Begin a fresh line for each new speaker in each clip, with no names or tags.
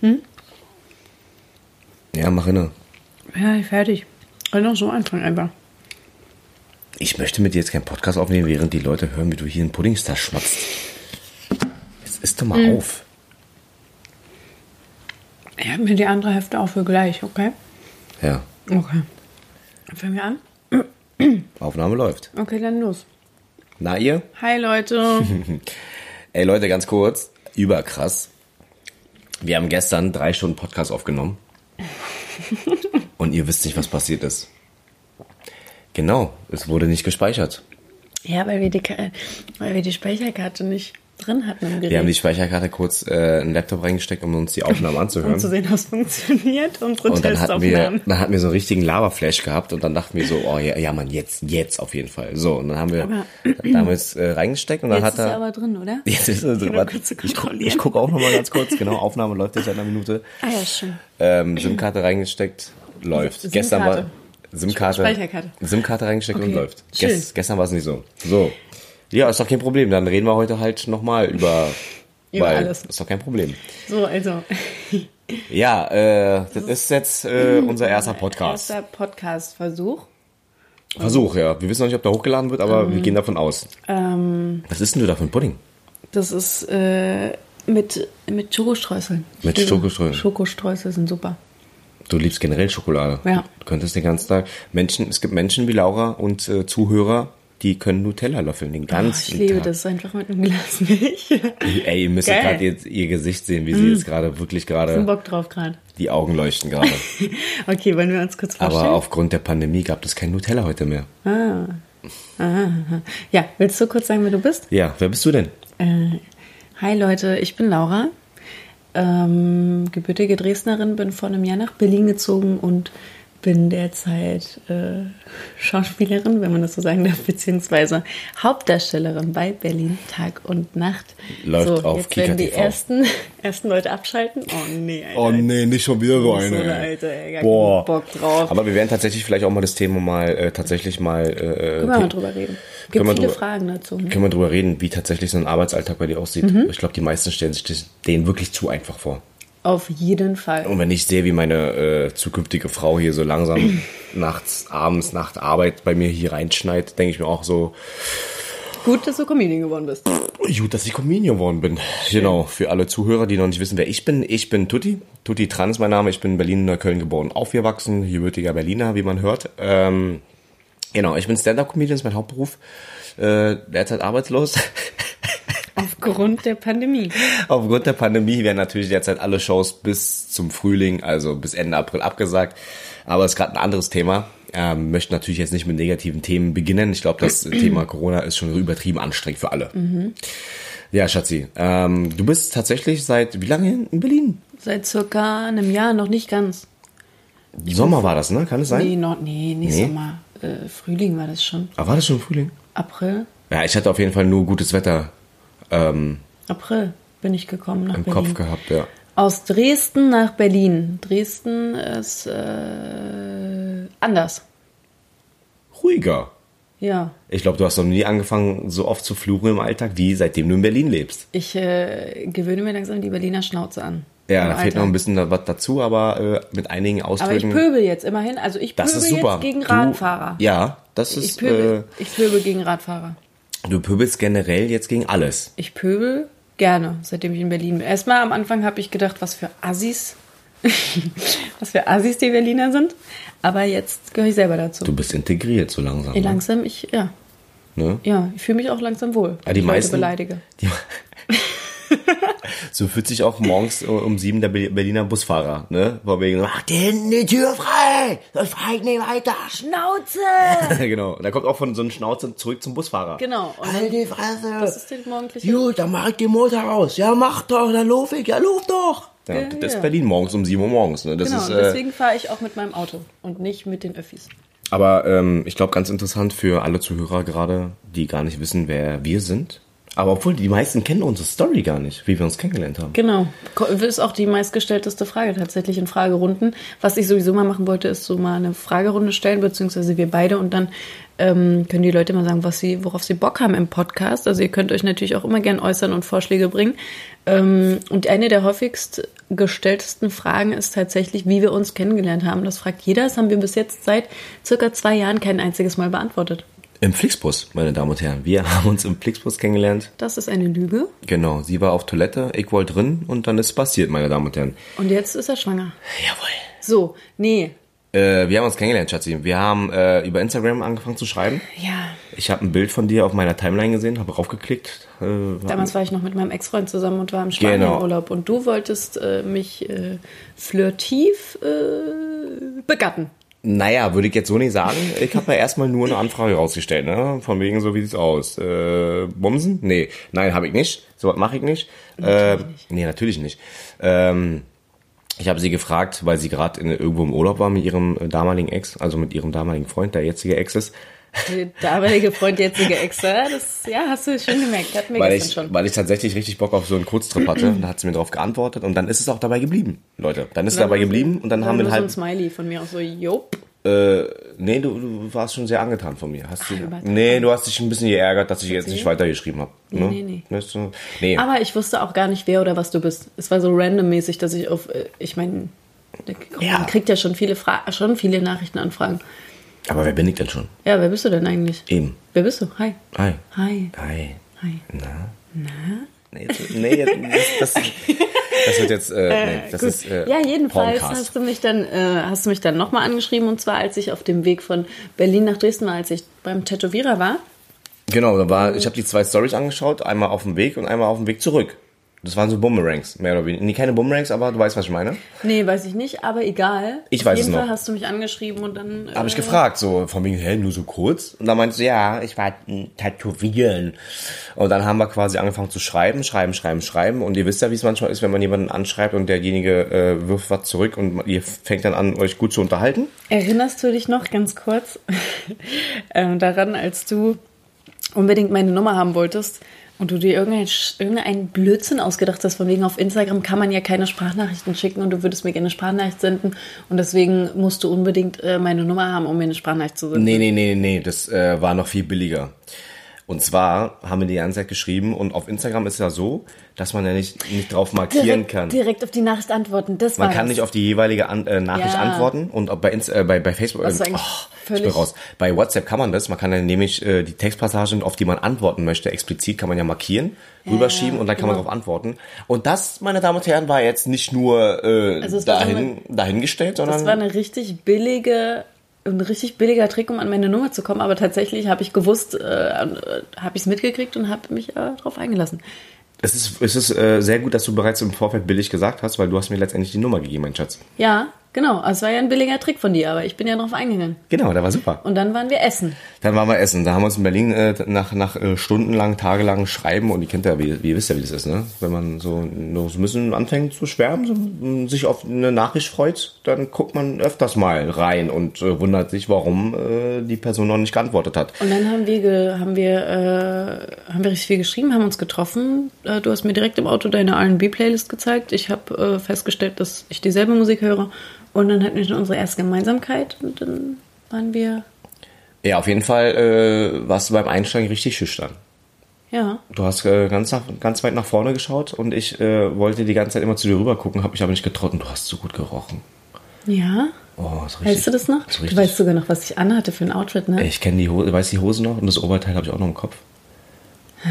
Hm?
Ja, mach inne.
Ja, fertig. Kann auch so anfangen einfach.
Ich möchte mit dir jetzt keinen Podcast aufnehmen, während die Leute hören, wie du hier einen Puddingstar schmatzt. Jetzt isst doch mal auf.
Ich habe mir die andere Hälfte auch für gleich, okay?
Ja,
Okay. Dann Fangen wir an?
Aufnahme läuft.
Okay, dann los.
Na ihr?
Hi Leute.
Ey Leute, ganz kurz. Überkrass. Wir haben gestern drei Stunden Podcast aufgenommen. Und ihr wisst nicht, was passiert ist. Genau, es wurde nicht gespeichert.
ja, weil wir, die, Ka- weil wir die Speicherkarte nicht drin hatten im Gerät.
Wir haben die Speicherkarte kurz äh, in den Laptop reingesteckt, um uns die Aufnahmen
um zu
anzuhören.
sehen, was funktioniert, unsere
Und dann hatten, wir,
Testaufnahmen.
dann hatten wir so einen richtigen Lava-Flash gehabt und dann dachten wir so, oh ja, ja Mann, jetzt, jetzt auf jeden Fall. So, und dann haben wir
Aber-
damals äh, reingesteckt und dann
Jetzt
hat
ist er
er...
aber drin, oder?
Jetzt ist er
Genau,
drin. Warte,
kurz zu
Ich gucke
kontrollieren.
ich guck auch nochmal ganz kurz. Genau, Aufnahme läuft jetzt seit einer Minute.
Ah ja, schön.
ähm, SIM-Karte reingesteckt, läuft.
SIM-Karte.
Gestern war SIM-Karte,
Speicherkarte.
SIM-Karte reingesteckt und
Okay,
läuft.
schön.
Ges, gestern war es nicht so. So, ja, ist doch kein Problem. Dann reden wir heute halt nochmal über,
Über
weil,
alles.
Ist doch kein Problem.
So, also.
Ja, äh, das ist jetzt äh, unser erster Podcast.
Erster Podcast-Versuch.
Versuch, ja. Wir wissen noch nicht, ob der hochgeladen wird, aber
Mhm.
wir gehen davon aus.
Ähm,
Was ist denn du da für ein Pudding?
das ist äh, mit, mit Schokostreuseln.
Mit
Liebe
Schokostreuseln.
Schokostreusel sind super.
Du liebst generell Schokolade.
Ja.
Du könntest den ganzen Tag. Menschen, es gibt Menschen wie Laura und äh, Zuhörer, die können Nutella löffeln den
Oh,
ganzen
ich liebe
Tag.
das einfach mit einem Glas Milch. Ich
Ey, ihr müsst
Geil. Mhm.
gerade jetzt ihr Gesicht sehen, wie sie jetzt gerade wirklich
hab
gerade
Bock drauf gerade.
die Augen leuchten gerade.
Okay, wollen wir uns kurz vorstellen?
Aber aufgrund der Pandemie gab es kein Nutella heute mehr.
Ja, willst du kurz sagen, wer du bist?
Ja, wer bist du denn?
Äh, hi Leute, ich bin Laura, ähm, gebürtige Dresdnerin, bin vor einem Jahr nach Berlin gezogen und bin derzeit äh, Schauspielerin, wenn man das so sagen darf, beziehungsweise Hauptdarstellerin bei Berlin Tag und Nacht.
Läuft
so,
auf
jetzt
Kika
werden die
TV.
ersten, ersten Leute abschalten. Oh nee, Alter.
nee, nicht schon wieder so
eine, eine, ey. Alter, ey, gar Boah. keinen Bock drauf.
Aber wir werden tatsächlich vielleicht auch mal das Thema mal äh, tatsächlich mal äh,
Können wir mal drüber reden. Gibt
Können wir
viele
drüber-
Fragen dazu. ne?
können wir drüber reden, wie tatsächlich so ein Arbeitsalltag bei dir aussieht. Ich glaube, die meisten stellen sich das- den wirklich zu einfach vor.
Auf jeden Fall.
Und wenn ich sehe, wie meine äh, zukünftige Frau hier so langsam nachts, abends, nach der Arbeit bei mir hier reinschneit, denke ich mir auch so, oh,
Gut, dass du Comedian geworden bist.
Gut, dass ich Comedian geworden bin. Genau, für alle Zuhörer, die noch nicht wissen, wer ich bin. Ich bin Tutti. Tutti Tran ist mein Name. Ich bin in Berlin, Neukölln geboren, aufgewachsen. Gebürtiger Berliner, wie man hört. Ähm, genau, ich bin Stand-Up-Comedian, ist mein Hauptberuf. Äh, derzeit arbeitslos.
Aufgrund der Pandemie.
Aufgrund der Pandemie werden natürlich derzeit alle Shows bis zum Frühling, also bis Ende April abgesagt. Aber es ist gerade ein anderes Thema. Ähm, möchte natürlich jetzt nicht mit negativen Themen beginnen. Ich glaube, das Thema Corona ist schon übertrieben anstrengend für alle.
Mhm.
Ja, Schatzi, ähm, du bist tatsächlich seit wie lange in Berlin?
Seit circa einem Jahr, noch nicht ganz.
Sommer war das, ne? Kann es sein?
Nee, noch, nee nicht
Nee?
Sommer. Äh, Frühling war das schon.
Aber war das schon Frühling?
April.
Ja, ich hatte auf jeden Fall nur gutes Wetter ähm,
April bin ich gekommen nach
im
Berlin.
Kopf gehabt, ja.
Aus Dresden nach Berlin. Dresden ist äh, anders.
Ruhiger.
Ja.
Ich glaube, du hast noch nie angefangen, so oft zu fluchen im Alltag, wie seitdem du in Berlin lebst.
Ich äh, gewöhne mir langsam die Berliner Schnauze an.
Ja,
Im
da fehlt
Alltag.
noch ein bisschen was dazu, aber äh, mit einigen
Aber ich
Ausdrücken.
pöbel jetzt immerhin. Also ich
das
pöbel
ist super.
jetzt gegen
Du- äh,
Radfahrer.
Ja, das
ich,
ist.
pöbel,
Pöbel.
ich pöbel gegen Radfahrer.
Äh, du pöbelst generell jetzt gegen alles.
Ich pöbel gerne, seitdem ich in Berlin bin. Erstmal am Anfang habe ich gedacht, was für Assis. was für Assis die Berliner sind. Aber jetzt gehöre ich selber dazu.
Du bist integriert so langsam.
Ich
ne?
langsam, ich, ja.
Ne?
Ja, ich fühle mich auch langsam wohl.
Ja, die
ich
meisten-
Leute beleidige.
Die- so fühlt sich auch morgens äh, um sieben der Be- Berliner Busfahrer, ne? Von wegen, mach dir hinten die Tür frei! Sonst fahr ich nicht weiter!
Schnauze!
genau. Und da kommt auch von so einem Schnauze zurück zum Busfahrer.
Genau. Und
Halt die Fresse!
das ist die morgendliche.
Gut, dann mach ich den Motor raus. Ja, mach doch, dann lauf ich. Ja, lauf doch. Ja,
Ja,
das
ja.
ist Berlin morgens um 7 Uhr morgens. Ne? Das
Genau,
ist,
und
äh,
deswegen fahre ich auch mit meinem Auto und nicht mit den Öffis.
Aber ähm, ich glaube, ganz interessant für alle Zuhörer gerade, die gar nicht wissen, wer wir sind. Aber obwohl, die meisten kennen unsere Story gar nicht, wie wir uns kennengelernt haben.
Genau. Ko- Ist auch die meistgestellteste Frage tatsächlich in Fragerunden. Was ich sowieso mal machen wollte, ist so mal eine Fragerunde stellen, beziehungsweise wir beide und dann ähm, können die Leute mal sagen, was sie, worauf sie Bock haben im Podcast. Also ihr könnt euch natürlich auch immer gern äußern und Vorschläge bringen. Ähm, und eine der häufigst gestelltesten Fragen ist tatsächlich, wie wir uns kennengelernt haben. Das fragt jeder. Das haben wir bis jetzt seit circa zwei Jahren kein einziges Mal beantwortet.
Im Flixbus, meine Damen und Herren. Wir haben uns im Flixbus kennengelernt.
Das ist eine Lüge.
Genau, sie war auf Toilette, ich wollte drin und dann ist es passiert, meine Damen und Herren.
Und jetzt ist er schwanger.
Jawohl.
So, nee.
Äh, wir haben uns kennengelernt, Schatzi. Wir haben äh, über Instagram angefangen zu schreiben.
Ja.
Ich habe ein Bild von dir auf meiner Timeline gesehen, habe raufgeklickt. Äh,
Damals war ich noch mit meinem Ex-Freund zusammen und war im
Genau.
Spanienurlaub. Und du wolltest äh, mich äh, flirtiv äh, begatten.
Naja, würde ich jetzt so nicht sagen. Ich habe ja erstmal nur eine Anfrage rausgestellt, ne? Von wegen, so wie sieht's aus? Äh, Bumsen? Nee, nein, habe ich nicht. So was mache ich nicht. Äh, nee, natürlich nicht. Ähm, ich habe sie gefragt, weil sie gerade in- irgendwo im Urlaub war mit ihrem äh, damaligen Ex, also mit ihrem damaligen Freund, der jetzige Ex ist.
Der damalige Freund, jetzige Ex, ja, das ja, hast du schön gemerkt. Hatten wir
Weil
gestern
ich,
schon.
weil ich tatsächlich richtig Bock auf so einen Kurztrip hatte. Und da hat sie mir drauf geantwortet und dann ist es auch dabei geblieben, Leute. Dann ist es dabei geblieben und dann haben wir
nur
halt.
so ein Smiley von mir auch so, jop.
Äh, nee, du, du warst schon sehr angetan von mir. Hast du,
übertragen.
nee, du hast dich ein bisschen geärgert, dass ich jetzt nicht weitergeschrieben habe. Ne?
nee, nee.
Weißt du? Nee,
Aber ich wusste auch gar nicht, wer oder was du bist. Es war so randommäßig, dass ich auf, äh, ich meine,
Ja.
man kriegt ja schon viele, Fra schon viele Nachrichtenanfragen.
aber wer bin ich denn schon?
Ja, wer bist du denn eigentlich?
Eben.
Wer bist du? Hi.
Hi.
Hi.
Hi.
Hi.
Na? Nee, jetzt, nee jetzt, das, das, das wird jetzt, äh, nee, das
Gut.
ist äh,
ja, jedenfalls
Porncast.
hast du mich dann, äh, hast du mich dann nochmal angeschrieben und zwar, als ich auf dem Weg von Berlin nach Dresden war, als ich beim Tätowierer war.
Genau, da
Mhm.
war, ich habe die zwei Stories angeschaut, einmal auf dem Weg und einmal auf dem Weg zurück. Das waren so Bumerangs, mehr oder weniger. Nee, keine Bumerangs, aber du weißt, was ich meine.
Nee, weiß ich nicht, aber egal.
Ich
auf
weiß
jeden
es noch.
Fall hast du mich angeschrieben und dann. Äh,
Habe ich gefragt, so von wegen, hä, nur so kurz? Und dann meinst du, ja, ich war mh, tätowieren. Und dann haben wir quasi angefangen zu schreiben, schreiben, schreiben, schreiben. Und ihr wisst ja, wie es manchmal ist, wenn man jemanden anschreibt und derjenige äh, wirft was zurück und ihr fängt dann an, euch gut zu unterhalten.
Erinnerst du dich noch ganz kurz ähm, daran, als du unbedingt meine Nummer haben wolltest und du dir irgendein, Sch- irgendeinen Blödsinn ausgedacht hast, von wegen auf Instagram kann man ja keine Sprachnachrichten schicken und du würdest mir gerne eine Sprachnachricht senden und deswegen musst du unbedingt äh, meine Nummer haben, um mir eine Sprachnachricht zu senden.
Nee, nee, nee, nee, das äh, war noch viel billiger. Und zwar haben wir die ganze Zeit geschrieben und auf Instagram ist ja so, dass man ja nicht, nicht drauf markieren
direkt,
kann.
direkt auf die Nachricht antworten, das
Man
war
kann
das.
nicht auf die jeweilige An äh, Nachricht
Ja.
antworten und auch bei, Inst äh, bei, bei Facebook.
Das ist
ähm,
eigentlich
oh, ich bin
völlig-
raus. Bei WhatsApp kann man das. Man kann dann nämlich äh, die Textpassagen, auf die man antworten möchte, explizit kann man ja markieren, rüberschieben
ja,
und dann kann man
genau.
darauf antworten. Und das, meine Damen und Herren, war jetzt nicht nur äh,
Also es war so
dahin, dahingestellt,
Das war
sondern
eine richtig billige, ein richtig billiger Trick, um an meine Nummer zu kommen. Aber tatsächlich habe ich gewusst, äh, habe ich es mitgekriegt und habe mich äh, darauf eingelassen.
es ist, es ist äh, sehr gut, dass du bereits im Vorfeld billig gesagt hast, weil du hast mir letztendlich die Nummer gegeben, mein Schatz.
Ja, genau. Es war ja ein billiger Trick von dir, aber ich bin ja drauf eingegangen.
Genau, da war super.
Und dann waren wir essen.
Dann waren wir essen. Da haben wir uns in Berlin äh, nach, nach äh, stundenlang, tagelang schreiben und ihr kennt ja, wie, wie ihr wisst ja, wie das ist, ne? Wenn man so, nur so ein bisschen anfängt zu schwärmen, so, und sich auf eine Nachricht freut, dann guckt man öfters mal rein und äh, wundert sich, warum äh, die Person noch nicht geantwortet hat.
Und dann haben wir, ge, haben wir, äh, haben wir richtig viel geschrieben, haben uns getroffen. Äh, du hast mir direkt im Auto deine R&B-Playlist gezeigt. Ich habe äh, festgestellt, dass ich dieselbe Musik höre. Und dann hatten wir schon unsere erste Gemeinsamkeit. Und dann waren wir,
Ja, auf jeden Fall äh, warst du beim Einsteigen richtig schüchtern.
ja,
Du hast äh, ganz, nach, ganz weit nach vorne geschaut und ich äh, wollte die ganze Zeit immer zu dir rüber gucken, habe mich aber nicht getraut und du hast so gut gerochen.
ja.
Oh, ist richtig.
Weißt du das noch?
Ist
Du
richtig.
weißt sogar noch, was ich anhatte für ein Outfit, ne?
Ich kenne die Hose, weiß die Hose noch und das Oberteil habe ich auch noch im Kopf.
Hm.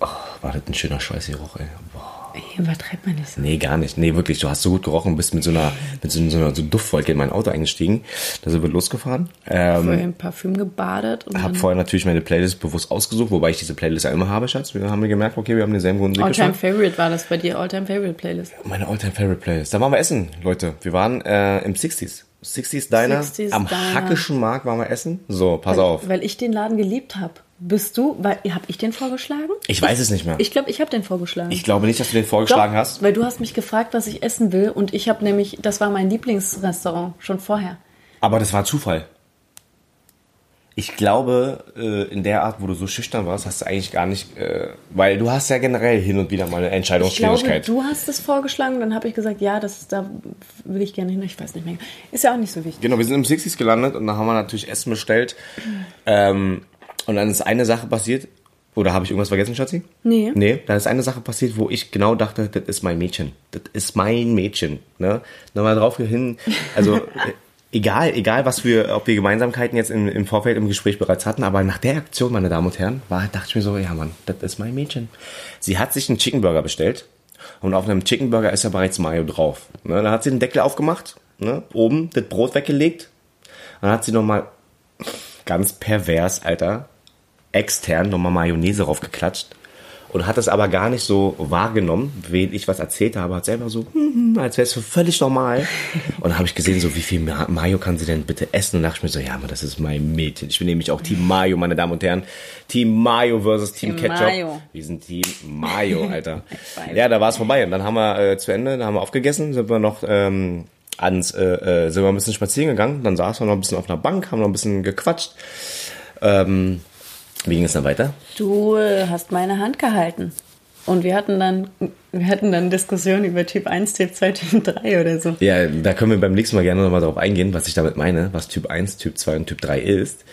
Oh, war das ein schöner Schweißgeruch, ey. Boah.
Ey, übertreibt man das.
Nee, gar nicht. Nee, wirklich, du hast so gut gerochen, bist mit so einer, mit so einer so Duftwolke in mein Auto eingestiegen. Da sind wir losgefahren. Ähm,
Vorher im Parfüm gebadet und
hab
dann
vorher natürlich meine Playlist bewusst ausgesucht, wobei ich diese Playlist ja immer habe, Schatz. Wir haben gemerkt, okay, wir haben denselben guten Musikgeschmack.
All-Time-Favorite war das bei dir, All-Time-Favorite-Playlist.
Meine Alltime Favorite Playlist. Da waren wir essen, Leute. Wir waren äh, im 60s. 60s Diner.
60s
am
Diner.
Hackischen Markt waren wir essen. So, pass auf.
Weil ich den Laden geliebt habe. Bist du, weil, hab ich den vorgeschlagen?
Ich weiß es nicht mehr.
Ich glaube, ich habe den vorgeschlagen.
Ich glaube nicht, dass du den vorgeschlagen
Doch,
hast.
Weil du hast mich gefragt, was ich essen will und ich habe nämlich, das war mein Lieblingsrestaurant schon vorher.
Aber das war Zufall. Ich glaube, äh, in der Art, wo du so schüchtern warst, hast du eigentlich gar nicht, äh, weil du hast ja generell hin und wieder mal eine
Ich glaube,
Entscheidungsschwierigkeit.
du hast es vorgeschlagen, dann habe ich gesagt, ja, das da will ich gerne hin, ich weiß nicht mehr. Ist ja auch nicht so wichtig.
genau, wir sind im Sixties gelandet und dann haben wir natürlich Essen bestellt. Ähm, und dann ist eine Sache passiert, Oder habe ich irgendwas vergessen, Schatzi?
Nee.
Nee, da ist eine Sache passiert, wo ich genau dachte, das ist mein Mädchen. Das ist mein Mädchen. Ne? Nochmal drauf hin, also egal, egal, was wir, ob wir Gemeinsamkeiten jetzt im, im Vorfeld im Gespräch bereits hatten, aber nach der Aktion, meine Damen und Herren, war, dachte ich mir so, ja Mann, das ist mein Mädchen. Sie hat sich einen Chicken Burger bestellt und auf einem Chicken Burger ist ja bereits Mayo drauf. Ne? Dann hat sie den Deckel aufgemacht, ne? oben das Brot weggelegt, dann hat sie nochmal ganz pervers, Alter, extern nochmal Mayonnaise draufgeklatscht und hat das aber gar nicht so wahrgenommen, wen ich was erzählt habe, hat selber so, hm, hm, als wäre es völlig normal. Und dann habe ich gesehen, so wie viel Ma- Mayo kann sie denn bitte essen? Und dachte ich mir so, ja, aber das ist mein Mädchen. Ich bin nämlich auch Team Mayo, meine Damen und Herren. Team Mayo versus Team,
Team
Ketchup.
Mayo.
Wir sind Team Mayo, Alter.
weiß.
ja, da war es vorbei. Und dann haben wir äh, zu Ende, dann haben wir aufgegessen, sind wir noch ähm, ans, äh, äh, sind wir ein bisschen spazieren gegangen. Dann saßen wir noch ein bisschen auf einer Bank, haben noch ein bisschen gequatscht. Ähm, wie ging es dann weiter?
Du äh, hast meine Hand gehalten. Und wir hatten dann, wir hatten dann Diskussionen über Typ 1, Typ 2, Typ 3 oder so.
Ja, da können wir beim nächsten Mal gerne nochmal drauf eingehen, was ich damit meine, was Typ 1, Typ 2 und Typ 3 ist.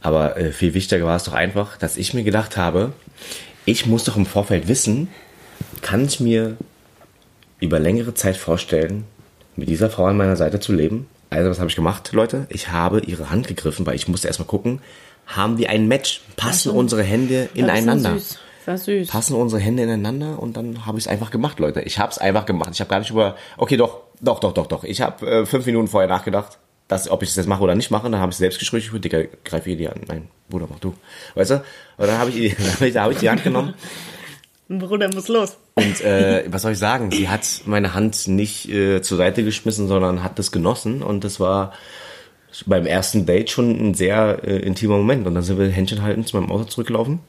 Aber äh, viel wichtiger war es doch einfach, dass ich mir gedacht habe, ich muss doch im Vorfeld wissen, kann ich mir über längere Zeit vorstellen, mit dieser Frau an meiner Seite zu leben? Also, was habe ich gemacht, Leute? Ich habe ihre Hand gegriffen, weil ich musste erstmal gucken, haben wir ein Match? Passen unsere Hände ineinander?
Das ist süß. Das war süß.
passen unsere Hände ineinander und dann habe ich es einfach gemacht, Leute. Ich habe es einfach gemacht. Ich habe gar nicht über. Okay, doch, doch, doch, doch, doch. Ich habe äh, fünf Minuten vorher nachgedacht, dass, ob ich es jetzt mache oder nicht mache. Dann habe ich selbst geschrieben, ich Digga, greif ihr die an. Nein, Bruder, mach du. Weißt du? Und dann habe ich, ihr- dann hab ich, da hab ich die Hand genommen
Ein Bruder muss los.
und äh, was soll ich sagen? Sie hat meine Hand nicht äh, zur Seite geschmissen, sondern hat das genossen und das war beim ersten Date schon ein sehr äh, intimer Moment. Und dann sind wir Händchen halten zu meinem Auto zurückgelaufen.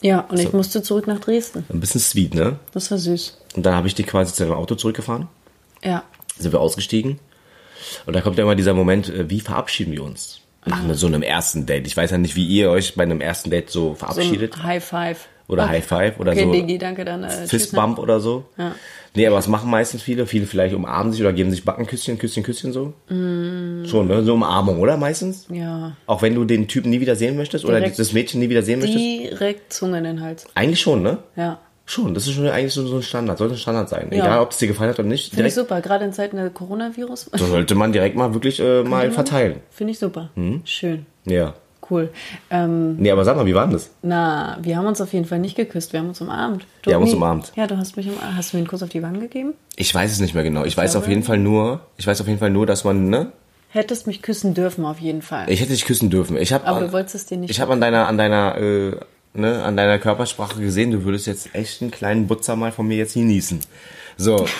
Ja, und ich musste zurück nach Dresden.
Ein bisschen sweet, ne?
Das war süß.
Und dann habe ich die quasi zu deinem Auto zurückgefahren.
Ja.
sind wir ausgestiegen. Und da kommt ja immer dieser Moment, äh, wie verabschieden wir uns? Nach ne- so einem ersten Date. Ich weiß ja nicht, wie ihr euch bei einem ersten Date so
So ein
verabschiedet.
High Five.
Oder
Okay.
High Five oder
okay,
so.
Digi, danke dann. Äh, tschüss,
Fistbump oder so.
Ja.
Nee, aber was machen meistens viele? Viele vielleicht umarmen sich oder geben sich Backenküsschen, Küsschen, Küsschen so. Schon, ne? So Umarmung, oder? Meistens?
ne? Mm. Ja.
Auch wenn du den Typen nie wieder sehen möchtest oder
Direkt.
das Mädchen nie wieder sehen möchtest?
Direkt Zunge in den Hals.
Eigentlich schon, ne?
Ja.
Schon, das ist schon eigentlich so so ein Standard, sollte ein Standard sein. Egal, ob es dir gefallen hat oder nicht.
Finde ich
Direkt,
super, gerade in Zeiten der Coronavirus.
so sollte man direkt mal wirklich äh, mal
man-
verteilen.
Finde ich super.
Hm?
Schön.
Ja.
Cool. Ähm,
Nee, aber sag mal, wie war denn das?
na, wir haben uns auf jeden Fall nicht geküsst, wir haben uns umarmt. Du
Wir haben uns
nie.
umarmt.
Ja, du hast mich umarmt. Hast du mir einen Kuss auf die Wange gegeben?
Ich weiß es nicht mehr genau. Ich weiß
glaube-
auf jeden Fall nur, ich weiß auf jeden Fall nur, dass man, ne?
Hättest mich küssen dürfen, auf jeden Fall.
Ich hätte dich küssen dürfen. Ich hab,
Aber
an-
du wolltest es dir nicht.
Ich habe an deiner, an deiner, äh, ne, an deiner Körpersprache gesehen, du würdest jetzt echt einen kleinen Butzer mal von mir jetzt genießen. So.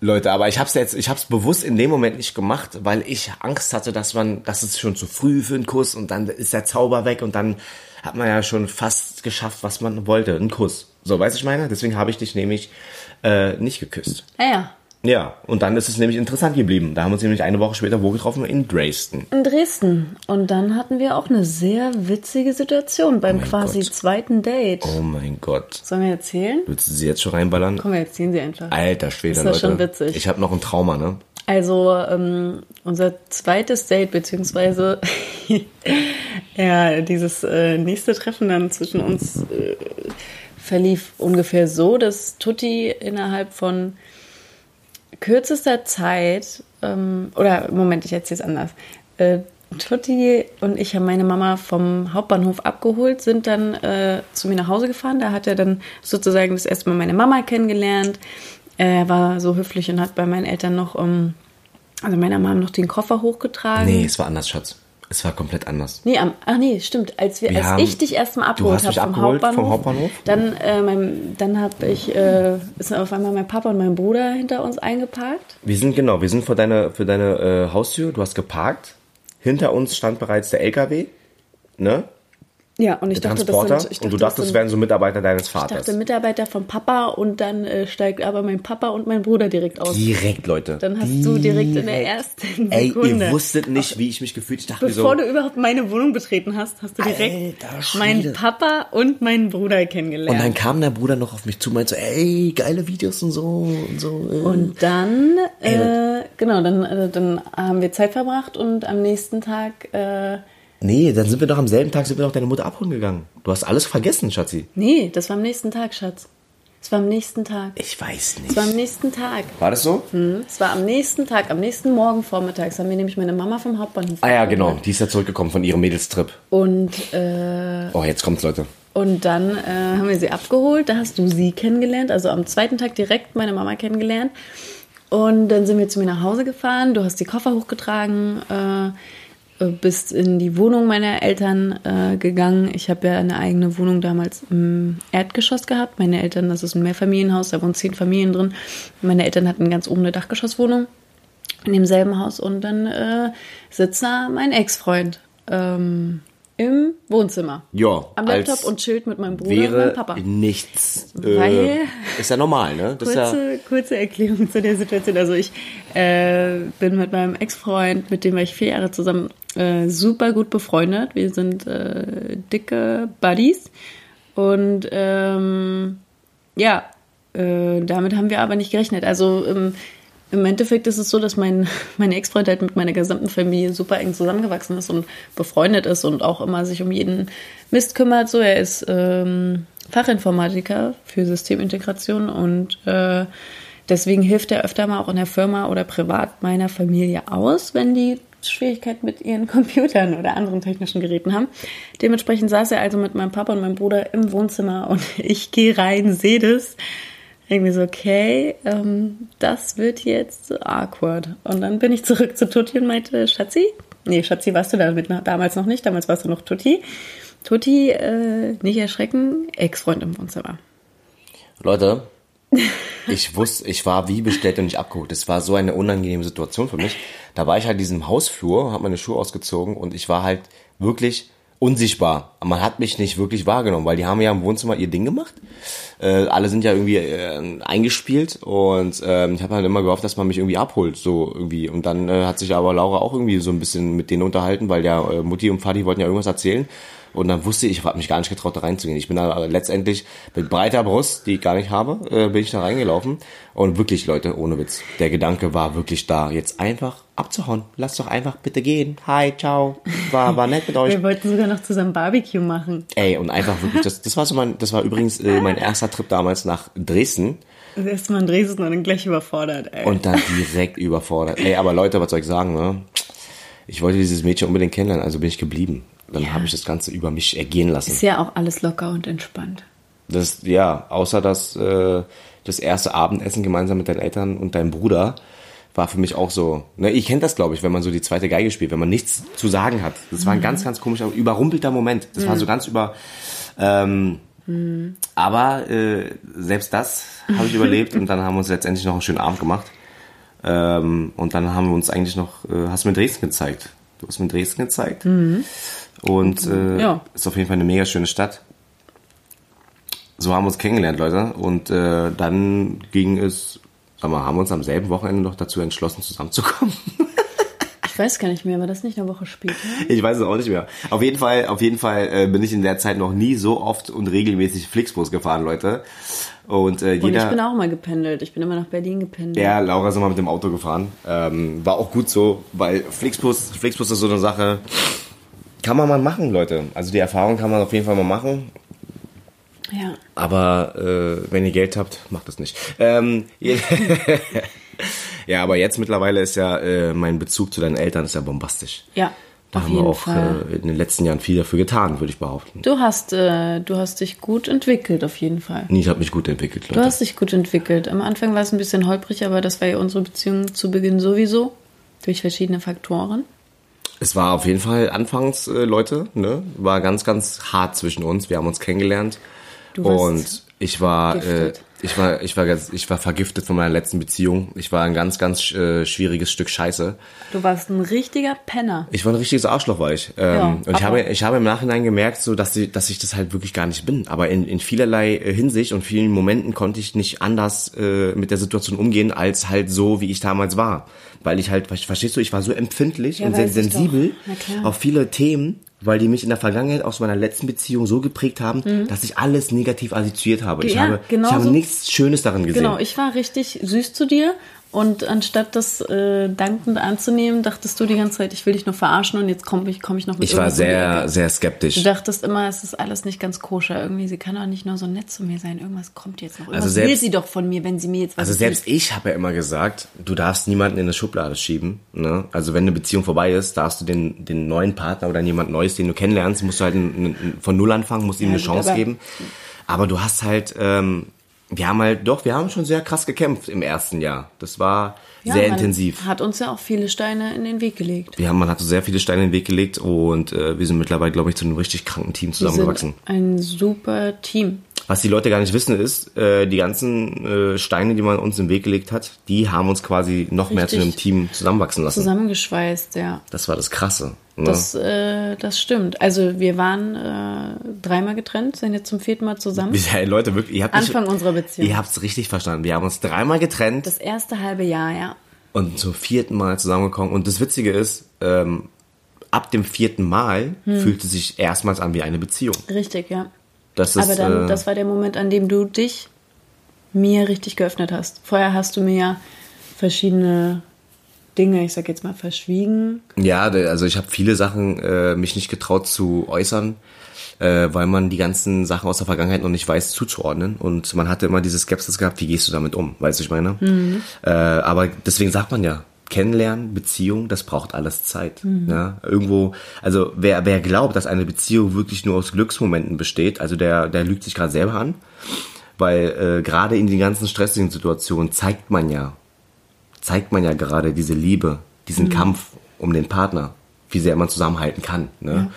Leute, aber ich hab's jetzt, ich hab's bewusst in dem Moment nicht gemacht, weil ich Angst hatte, dass man, dass es schon zu früh für einen Kuss und dann ist der Zauber weg und dann hat man ja schon fast geschafft, was man wollte, einen Kuss. So, weißt du, ich meine? Deswegen habe ich dich nämlich äh, nicht geküsst.
Ah ja,
Ja, und dann ist es nämlich interessant geblieben. Da haben wir uns nämlich eine Woche später wo getroffen? In Dresden.
in Dresden. Und dann hatten wir auch eine sehr witzige Situation beim
Oh mein
quasi
Gott.
zweiten Date.
Oh mein Gott.
Sollen wir erzählen?
Willst du sie jetzt schon reinballern?
Komm, wir erzählen sie einfach.
Alter Schwede,
Ist das
Leute.
schon witzig?
Ich habe noch ein Trauma, ne?
Also ähm, unser zweites Date, beziehungsweise ja, dieses äh, nächste Treffen dann zwischen uns äh, verlief ungefähr so, dass Tutti innerhalb von kürzester Zeit, ähm, oder Moment, ich erzähle es anders. Äh, Tutti und ich haben meine Mama vom Hauptbahnhof abgeholt, sind dann äh, zu mir nach Hause gefahren. Da hat er dann sozusagen das erste Mal meine Mama kennengelernt. Er war so höflich und hat bei meinen Eltern noch, ähm, also meiner Mama noch den Koffer hochgetragen.
Nee, es war anders, Schatz. Es war komplett anders.
Nee, am, ach nee, stimmt. Als, wir,
Wir
als
haben-
ich dich erstmal
Du
abgeholt
hast
habe
mich
vom,
abgeholt vom
Hauptbahnhof,
Hauptbahnhof?
dann, äh, mein, dann habe ich, äh, ist auf einmal mein Papa und mein Bruder hinter uns eingeparkt.
Wir sind, genau, wir sind vor deine, für deine äh, Haustür. Du hast geparkt. Hinter uns stand bereits der LKW, ne?
Ja, und ich
Der
dachte, das
Transporter.
sind, ich dachte,
und du
das
dachtest, es
sind,
wären so Mitarbeiter deines
ich
Vaters.
dachte Mitarbeiter von Papa und dann äh, steigt aber mein Papa und mein Bruder direkt aus.
direkt, Leute.
Dann hast du direkt in der ersten
Ey,
Sekunde,
ihr wusstet nicht, wie ich mich gefühlt. Ich dachte mir so,
bevor du überhaupt meine Wohnung betreten hast, hast du direkt
Alter Schwede.
meinen Papa und meinen Bruder
Und dann
kennengelernt.
kam der Bruder noch auf mich zu, meinte so, ey, geile Videos und so und so. äh.
Und dann, äh, genau, dann, äh, dann haben wir Zeit verbracht und am nächsten Tag äh,
Nee, dann sind wir doch am selben Tag, sind wir doch deine Mutter abholen gegangen. Du hast alles vergessen, Schatzi.
Nee, das war am nächsten Tag, Schatz. Es war am nächsten Tag.
Ich weiß
Es war am
nicht.
nächsten Tag.
War das so?
Hm? Es war am nächsten Tag, am nächsten Morgen vormittags haben wir nämlich meine Mama vom Hauptbahnhof.
Ah ja, genau. Die ist ja zurückgekommen von ihrem Mädelstrip.
Und, äh,
Oh, jetzt kommt's, Leute.
und dann äh, haben wir sie abgeholt. Da hast du sie kennengelernt. Also am zweiten Tag direkt meine Mama kennengelernt. Und dann sind wir zu mir nach Hause gefahren. Du hast die Koffer hochgetragen, äh, äh, bist in die Wohnung meiner Eltern äh, gegangen. Ich habe ja eine eigene Wohnung damals im Erdgeschoss gehabt. Meine Eltern, das ist ein Mehrfamilienhaus, da wohnen zehn Familien drin. Meine Eltern hatten ganz oben eine Dachgeschosswohnung in demselben Haus und dann äh, sitzt da mein Ex-Freund ähm, im Wohnzimmer.
Ja,
Am
als
Laptop und chillt mit meinem Bruder und
Wäre
meinem Papa.
nichts. äh,
Weil-
ist ja normal, ne? Das ist ja,
Kurze, kurze Erklärung zu der Situation. Also ich äh, bin mit meinem Ex-Freund, mit dem war ich vier Jahre zusammen, äh, super gut befreundet. Wir sind äh, dicke Buddies. Und ähm, ja, äh, damit haben wir aber nicht gerechnet. Also ähm, im Endeffekt ist es so, dass mein, mein Ex-Freund halt mit meiner gesamten Familie super eng zusammengewachsen ist und befreundet ist und auch immer sich um jeden Mist kümmert. So, er ist ähm, Fachinformatiker für Systemintegration und äh, deswegen hilft er öfter mal auch in der Firma oder privat meiner Familie aus, wenn die Schwierigkeiten mit ihren Computern oder anderen technischen Geräten haben. Dementsprechend saß er also mit meinem Papa und meinem Bruder im Wohnzimmer und ich gehe rein, sehe das irgendwie so, okay, ähm, das wird jetzt awkward. Und dann bin ich zurück zu Tutti und meinte, Schatzi, nee, Schatzi warst du damit noch, damals noch nicht, damals warst du noch Tutti. Tutti, äh, nicht erschrecken, Ex-Freund im Wohnzimmer.
Leute, ich wusste, ich war wie bestellt und nicht abgeholt. Das war so eine unangenehme Situation für mich. Da war ich halt in diesem Hausflur, habe meine Schuhe ausgezogen und ich war halt wirklich unsichtbar. Man hat mich nicht wirklich wahrgenommen, weil die haben ja im Wohnzimmer ihr Ding gemacht. Äh, alle sind ja irgendwie äh, eingespielt und ähm, ich habe halt immer gehofft, dass man mich irgendwie abholt, so irgendwie. Und dann äh, hat sich aber Laura auch irgendwie so ein bisschen mit denen unterhalten, weil ja äh, Mutti und Vati wollten ja irgendwas erzählen. Und dann wusste ich, ich habe mich gar nicht getraut, da reinzugehen. Ich bin da letztendlich mit breiter Brust, die ich gar nicht habe, äh, bin ich da reingelaufen. Und wirklich, Leute, ohne Witz, der Gedanke war wirklich da, jetzt einfach abzuhauen. Lasst doch einfach bitte gehen. Hi, ciao. War, war nett mit euch.
Wir wollten sogar noch zusammen Barbecue machen.
Ey, und einfach wirklich, das, das war so mein, das war übrigens äh, mein erster Trip damals nach Dresden.
Erstmal Also in Dresden und dann gleich überfordert, ey.
Und dann direkt überfordert. Ey, aber Leute, was soll ich sagen, ne? Ich wollte dieses Mädchen unbedingt kennenlernen, also bin ich geblieben. Dann habe ich das Ganze über mich ergehen lassen.
ist ja auch alles locker und entspannt.
Das, ja, außer das, äh, das erste Abendessen gemeinsam mit deinen Eltern und deinem Bruder war für mich auch so. Ne, ich kenne das, glaube ich, wenn man so die zweite Geige spielt, wenn man nichts zu sagen hat. Das war ein ganz, ganz komischer, überrumpelter Moment. Das war so ganz über. Ähm, Aber äh, selbst das habe ich überlebt und dann haben wir uns letztendlich noch einen schönen Abend gemacht. Ähm, und dann haben wir uns eigentlich noch, äh, hast du mir Dresden gezeigt. Du hast mir Dresden gezeigt. Und äh,
Ja.
ist auf jeden Fall eine mega schöne Stadt. So haben wir uns kennengelernt, Leute. Und äh, dann ging es, sag mal, haben wir uns am selben Wochenende noch dazu entschlossen, zusammenzukommen.
Ich weiß gar nicht mehr, war das nicht eine Woche später?
Ich weiß es auch nicht mehr. Auf jeden Fall, auf jeden Fall äh, bin ich in der Zeit noch nie so oft und regelmäßig Flixbus gefahren, Leute. Und äh,
Und
jeder.
ich bin auch mal gependelt. Ich bin immer nach Berlin gependelt.
Ja, Laura ist immer mit dem Auto gefahren. Ähm, war auch gut so, weil Flixbus, Flixbus ist so eine Sache, kann man mal machen, Leute. Also die Erfahrung kann man auf jeden Fall mal machen.
ja.
Aber äh, wenn ihr Geld habt, macht es nicht. Ähm, je- ja, aber jetzt mittlerweile ist ja äh, mein Bezug zu deinen Eltern ist ja bombastisch.
Ja,
Da
auf
haben wir
jeden
auch
Fall.
äh, in den letzten Jahren viel dafür getan, würde ich behaupten.
Du hast, äh, du hast dich gut entwickelt, auf jeden Fall.
Nee, Ich habe mich gut entwickelt,
Du
Leute.
hast dich gut entwickelt. Am Anfang war es ein bisschen holprig, aber das war ja unsere Beziehung zu Beginn sowieso. Durch verschiedene Faktoren.
Es war auf jeden Fall anfangs, äh, Leute, ne? War ganz, ganz hart zwischen uns. Wir haben uns kennengelernt.
Du warst
und ich war, äh,
vergiftet.
ich war, ich war, ganz- ich war vergiftet von meiner letzten Beziehung. Ich war ein ganz, ganz äh, schwieriges Stück Scheiße.
Du warst ein richtiger Penner.
Ich war ein richtiges Arschloch, war ich. Ähm,
Ja,
und ich
aber-
habe, ich habe im Nachhinein gemerkt, so, dass, ich, dass ich das halt wirklich gar nicht bin. Aber in, in vielerlei äh, Hinsicht und vielen Momenten konnte ich nicht anders äh, mit der Situation umgehen, als halt so, wie ich damals war. Weil ich halt, ver- verstehst du, ich war so empfindlich und sen
weiß ich
sensibel
doch. Na klar.
auf viele Themen, weil die mich in der Vergangenheit aus meiner letzten Beziehung so geprägt haben, dass ich alles negativ assoziiert habe. Ich
Mhm. Ja,
habe,
genau
ich habe
so.
nichts Schönes darin gesehen.
Genau, ich war richtig süß zu dir Und anstatt das äh, dankend anzunehmen, dachtest du die ganze Zeit, ich will dich nur verarschen und jetzt komme ich, komm ich noch mit
Ich war
irgendwas um die
sehr,
Ecke.
sehr
Du
skeptisch.
dachtest immer, es ist alles nicht ganz koscher. Irgendwie, sie kann doch nicht nur so nett zu mir sein. Irgendwas kommt jetzt noch. Irgendwas will
Also selbst-
sie doch von mir, wenn sie mir jetzt was
Also selbst
gibt.
ich habe ja immer gesagt, du darfst niemanden in eine Schublade schieben. Ne? Also wenn eine Beziehung vorbei ist, darfst du den, den neuen Partner oder jemand Neues, den du kennenlernst, musst du halt n- n- von Null anfangen, musst ihm eine
gut,
Chance
aber-
geben. Aber du hast halt, ähm, wir haben halt, doch, wir haben schon sehr krass gekämpft im ersten Jahr. Das war
Ja,
sehr
man
intensiv.
Hat uns ja auch viele Steine in den Weg gelegt.
Wir haben, man hat so sehr viele Steine in den Weg gelegt und äh, wir sind mittlerweile, glaube ich, zu einem richtig kranken Team
Wir
zusammengewachsen.
sind ein super Team.
Was die Leute gar nicht wissen ist, äh, die ganzen äh, Steine, die man uns im Weg gelegt hat, die haben uns quasi noch mehr zu
Richtig.
einem Team zusammenwachsen lassen.
Zusammengeschweißt, ja.
Das war das Krasse. Ne?
Das, äh, das stimmt. Also wir waren äh, dreimal getrennt, sind jetzt zum vierten Mal zusammen.
Wie- Leute, wirklich, ihr habt
Anfang unserer Beziehung.
Ihr habt es richtig verstanden. Wir haben uns dreimal getrennt
Das erste halbe Jahr, ja.
und zum vierten Mal zusammengekommen. Und das Witzige ist, ähm, ab dem vierten Mal
Hm.
fühlt es sich erstmals an wie eine Beziehung.
Richtig, ja.
Das ist,
Aber dann,
äh,
das war der Moment, an dem du dich mir richtig geöffnet hast. Vorher hast du mir ja verschiedene Dinge, ich sag jetzt mal, verschwiegen.
Ja, de- also ich habe viele Sachen äh, mich nicht getraut zu äußern, äh, weil man die ganzen Sachen aus der Vergangenheit noch nicht weiß zuzuordnen und man hatte immer diese Skepsis gehabt, wie gehst du damit um, weißt du, was ich meine? Äh, aber deswegen sagt man ja, Kennenlernen, Beziehung, das braucht alles Zeit. Ja? Irgendwo, also wer, wer glaubt, dass eine Beziehung wirklich nur aus Glücksmomenten besteht, also der, der lügt sich gerade selber an, weil äh, gerade in den ganzen stressigen Situationen zeigt man ja, zeigt man ja gerade diese Liebe,
Mhm.
diesen Kampf um den Partner, wie sehr man zusammenhalten kann. Ne?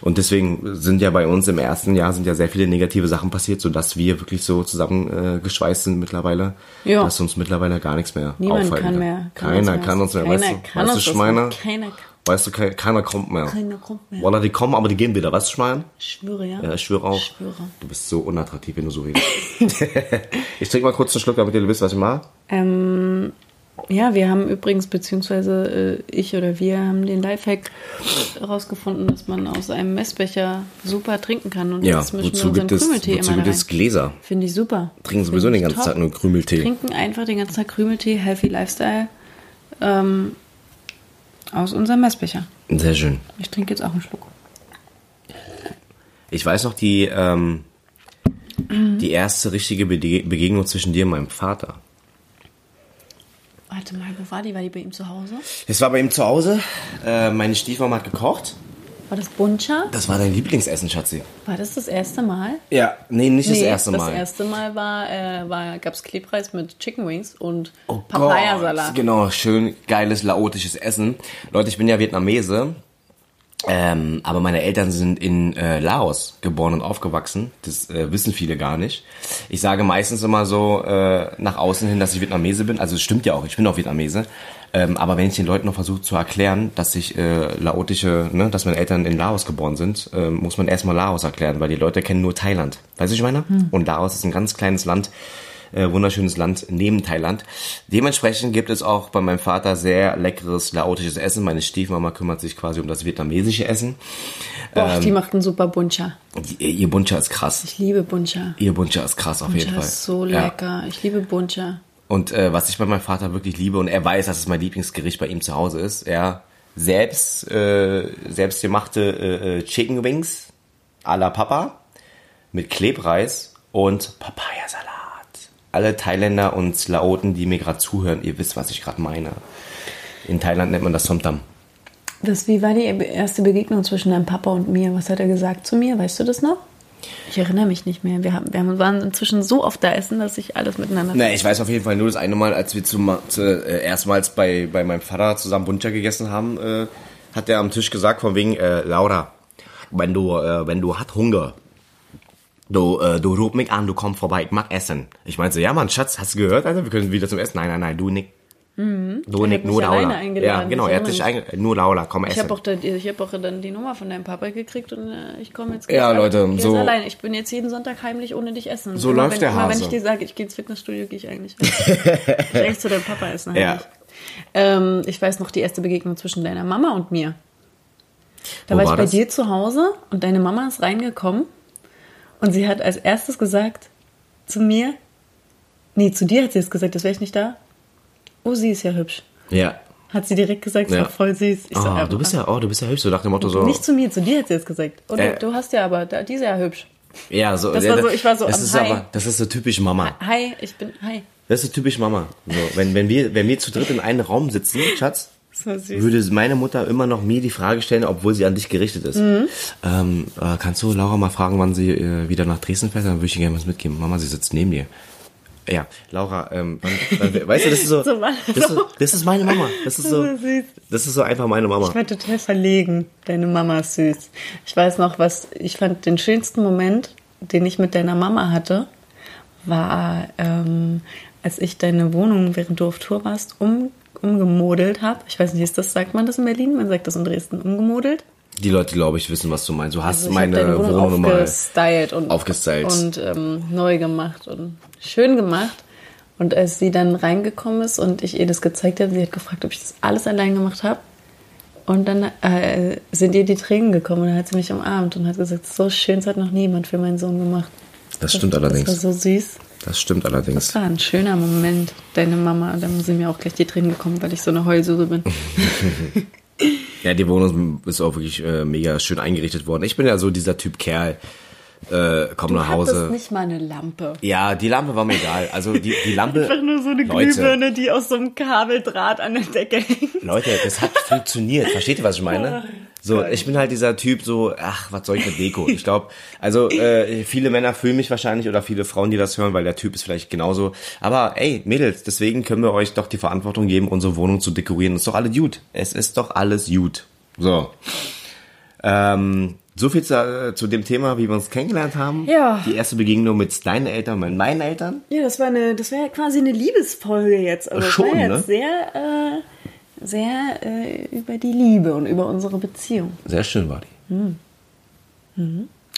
Und deswegen sind ja bei uns im ersten Jahr sind ja sehr viele negative Sachen passiert, sodass wir wirklich so zusammengeschweißt äh, geschweißt sind mittlerweile,
Ja.
dass uns mittlerweile gar nichts mehr
Niemand
aufhalten
kann mehr. kann
Keiner kann uns mehr,
Keiner
weißt du,
kann
weißt du
uns das
Schmeiner?
mehr. Keiner kann.
Weißt du, ke- keiner kommt mehr.
Keiner kommt mehr.
Wallah, die kommen, aber die gehen wieder, weißt du, Schmeiner?
Ich schwöre, ja.
Ja, Äh, ich schwöre auch.
Ich schwöre.
Du bist so unattraktiv, wenn du so redest. ich trinke mal kurz einen Schluck, damit ihr wisst, was ich mache.
Ähm, ja, wir haben übrigens, beziehungsweise äh, ich oder wir haben den Lifehack herausgefunden, dass man aus einem Messbecher super trinken kann. Und
Ja,
jetzt mischen wir
wozu
unseren
gibt es,
Krümeltee
wozu
immer da
gibt
rein.
es Gläser?
Finde ich super.
Trinken
Finde
sowieso
ich
den ganzen
top.
Tag nur Krümeltee.
Trinken einfach den ganzen Tag Krümeltee, Healthy Lifestyle ähm, aus unserem Messbecher.
Sehr schön.
Ich trinke jetzt auch einen Schluck.
Ich weiß noch die, ähm, die erste richtige Bede- Begegnung zwischen dir und meinem Vater.
Warte mal, wo war die? War die bei ihm zu Hause?
Es war bei ihm zu Hause. Äh, meine Stiefmama hat gekocht.
War das Buncha?
Das war dein Lieblingsessen, Schatzi.
War das das erste Mal?
Ja. Nee, nicht das
Nee,
erste Mal.
Das erste Mal war, äh, war gab es Klebreis mit Chicken Wings und
Oh
Papayasalat.
Gott. Genau, schön geiles laotisches Essen. Leute, ich bin ja Vietnamese. Ähm, aber meine Eltern sind in äh, Laos geboren und aufgewachsen. Das äh, wissen viele gar nicht. Ich sage meistens immer so äh, nach außen hin, dass ich Vietnamese bin. Also es stimmt ja auch, ich bin auch Vietnamese. Ähm, aber wenn ich den Leuten noch versuche zu erklären, dass ich äh, laotische, ne, dass meine Eltern in Laos geboren sind, ähm, muss man erstmal Laos erklären, weil die Leute kennen nur Thailand. Weißt du, was ich meine? Und Laos ist ein ganz kleines Land, äh, wunderschönes Land neben Thailand. Dementsprechend gibt es auch bei meinem Vater sehr leckeres laotisches Essen. Meine Stiefmama kümmert sich quasi um das vietnamesische Essen.
Boah,
Ähm,
die macht einen super Buncha.
Die- Ihr Buncha ist krass.
Ich liebe Buncha.
Ihr Buncha ist krass auf jeden
Buncha
Fall.
ist so
Ja.
lecker. Ich liebe Buncha.
Und äh, was ich bei meinem Vater wirklich liebe, und er weiß, dass es mein Lieblingsgericht bei ihm zu Hause ist, er selbst, äh, selbstgemachte äh, äh, Chicken Wings à la Papa mit Klebreis und Papayasalat. Alle Thailänder und Laoten, die mir gerade zuhören, ihr wisst, was ich gerade meine. In Thailand nennt man das Somtam.
Das, wie war die erste Begegnung zwischen deinem Papa und mir? Was hat er gesagt zu mir? Weißt du das noch? Ich erinnere mich nicht mehr. Wir, haben, wir haben, waren inzwischen so oft da essen, dass ich alles miteinander.
Na, ich weiß auf jeden Fall nur das eine Mal, als wir zum, zu, äh, erstmals bei, bei meinem Vater zusammen Buncha gegessen haben, äh, hat er am Tisch gesagt von wegen, äh, Laura, wenn du, äh, wenn du hat Hunger, du, äh, du ruf mich an, du kommst vorbei, ich mag Essen. Ich meinte so, ja Mann, Schatz, hast du gehört, Alter, wir können wieder zum Essen. Nein, nein, nein, du nicht. Du
Mhm. hat
nicht, nur
mich alleine
Laura. Ja,
eingeladen,
genau,
ich
er hat dich
erinnere
eingeladen, nur Laura, komm
ich
essen.
habe auch, dann- ich hab auch dann die Nummer von deinem Papa gekriegt und äh, ich komme jetzt.
Ja,
gleich-
Leute,
ich geh jetzt
so-
allein. Ich bin jetzt jeden Sonntag heimlich ohne dich essen.
So
immer
läuft
wenn,
der
immer,
Hase.
Wenn ich dir sage, ich gehe ins Fitnessstudio, gehe ich eigentlich. ich geh eigentlich zu deinem Papa essen.
Ja.
heimlich. Ähm, ich weiß noch die erste Begegnung zwischen deiner Mama und mir. Da
Wo
war ich
war
bei
das?
dir zu Hause und deine Mama ist reingekommen und sie hat als erstes gesagt zu mir, nee, zu dir hat sie es gesagt, das wäre ich nicht da. Oh, sie ist ja hübsch.
Ja.
Hat sie direkt gesagt,
Ja.
ja. voll süß. Ich so,
Ah,
ah,
du bist ja, oh, du bist ja hübsch, so nach dem Motto so.
Nicht zu mir, zu dir hat sie jetzt gesagt. Und
Äh.
du hast ja aber, da- die ist ja hübsch.
ja, so.
Das
ja,
war so- ich war so
das
am
ist
Hi.
aber, das ist so typisch Mama.
Hi, ich bin, hi.
Das ist so typisch Mama. So, wenn, wenn wir, wenn wir zu dritt in einem Raum sitzen, Schatz,
Das war süß.
würde meine Mutter immer noch mir die Frage stellen, obwohl sie an dich gerichtet ist.
Mhm.
Ähm, äh, kannst du Laura mal fragen, wann sie äh, wieder nach Dresden fährt? Dann würde ich ihr gerne was mitgeben. Mama, sie sitzt neben dir. Ja, Laura, ähm, wann, wann, weißt du, das ist so,
So war
das,
das
ist, so-
auch.
das ist meine Mama. Das ist
Das
so,
ist süß.
das ist so einfach meine Mama.
Ich war total verlegen. Deine Mama ist süß. Ich weiß noch, was ich fand, den schönsten Moment, den ich mit deiner Mama hatte, war, ähm, als ich deine Wohnung, während du auf Tour warst, um, umgemodelt habe. Ich weiß nicht, ist das, sagt man das in Berlin? Man sagt das in Dresden, umgemodelt.
Die Leute, glaube ich, wissen, was du meinst. Du hast
Also ich hab
meine
deine Wohnung
Wohnung mal.
aufgestylt und,
aufgestylt.
und ähm, neu gemacht und schön gemacht. Und als sie dann reingekommen ist und ich ihr das gezeigt habe, sie hat gefragt, ob ich das alles allein gemacht habe. Und dann äh, sind ihr die Tränen gekommen und dann hat sie mich umarmt und hat gesagt, so schön, das hat noch niemand für meinen Sohn gemacht.
Das stimmt
Das
allerdings.
war so süß.
Das stimmt allerdings.
Das war ein schöner Moment, deine Mama. Da sind mir auch gleich die Tränen gekommen, weil ich so eine Heulsuse bin.
Ja, die Wohnung ist auch wirklich äh, mega schön eingerichtet worden. Ich bin ja so dieser Typ Kerl. Äh, komm nach Hause.
Das nicht mal eine Lampe.
Ja, die Lampe war mir egal. Also die, die Lampe.
Einfach nur so eine
Leute,
Glühbirne, die aus so einem Kabeldraht an der Decke hängt.
Leute, das hat funktioniert. Versteht ihr, was ich meine?
Oh
So, ich bin halt dieser Typ so, ach, was soll ich mit Deko? Ich glaube, also äh, viele Männer fühlen mich wahrscheinlich oder viele Frauen, die das hören, weil der Typ ist vielleicht genauso. Aber ey, Mädels, deswegen können wir euch doch die Verantwortung geben, unsere Wohnung zu dekorieren. Ist doch alles gut. Es ist doch alles gut. So. Ähm, so viel zu, äh, zu dem Thema, wie wir uns kennengelernt haben.
Ja.
Die erste Begegnung mit deinen Eltern, mit meinen Eltern.
Ja, das war eine, das wäre quasi eine Liebesfolge jetzt. Also
Schon,
das war
ne?
jetzt sehr, äh, sehr äh, über die Liebe und über unsere Beziehung.
Sehr schön war die.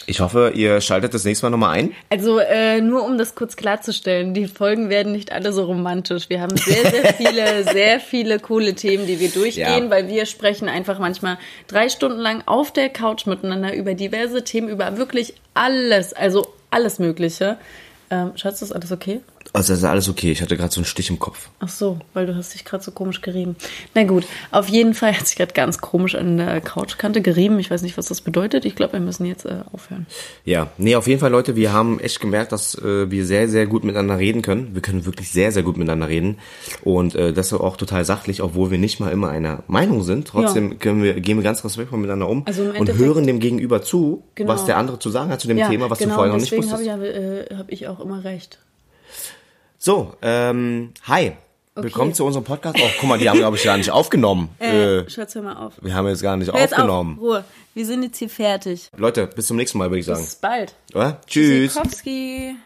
Ich hoffe, ihr schaltet das nächste Mal nochmal ein.
Also äh, nur um das kurz klarzustellen, die Folgen werden nicht alle so romantisch. Wir haben sehr, sehr viele, sehr viele coole Themen, die wir durchgehen,
Ja.
weil wir sprechen einfach manchmal drei Stunden lang auf der Couch miteinander über diverse Themen, über wirklich alles, also alles Mögliche. Ähm, Schatz, ist alles okay?
Also das ist alles okay. Ich hatte gerade so einen Stich im Kopf.
Ach so, weil du hast dich gerade so komisch gerieben. Na gut, auf jeden Fall hat sich gerade ganz komisch an der Couchkante gerieben. Ich weiß nicht, was das bedeutet. Ich glaube, wir müssen jetzt äh, aufhören.
Ja, nee, auf jeden Fall, Leute, wir haben echt gemerkt, dass äh, wir sehr, sehr gut miteinander reden können. Wir können wirklich sehr, sehr gut miteinander reden. Und äh, das ist auch total sachlich, obwohl wir nicht mal immer einer Meinung sind. Trotzdem
Ja.
können wir, gehen wir ganz respektvoll miteinander um
Also im
und
Endeffekt-
hören dem Gegenüber zu,
Genau.
was der andere zu sagen hat zu dem Thema, was du vorher noch nicht
deswegen
wusstest.
habe ich, ja, äh, hab ich auch immer recht.
So, ähm, hi. Willkommen zu unserem Podcast. Oh, guck mal, die haben, glaube ich, gar nicht aufgenommen. Äh,
Schatz, hör mal auf.
wir haben jetzt gar nicht
Hör jetzt
aufgenommen.
Auf, Ruhe, wir sind jetzt hier fertig.
Leute, bis zum nächsten Mal, würde ich sagen.
Bis bald.
Oder? Tschüss.
Tschüssikowski.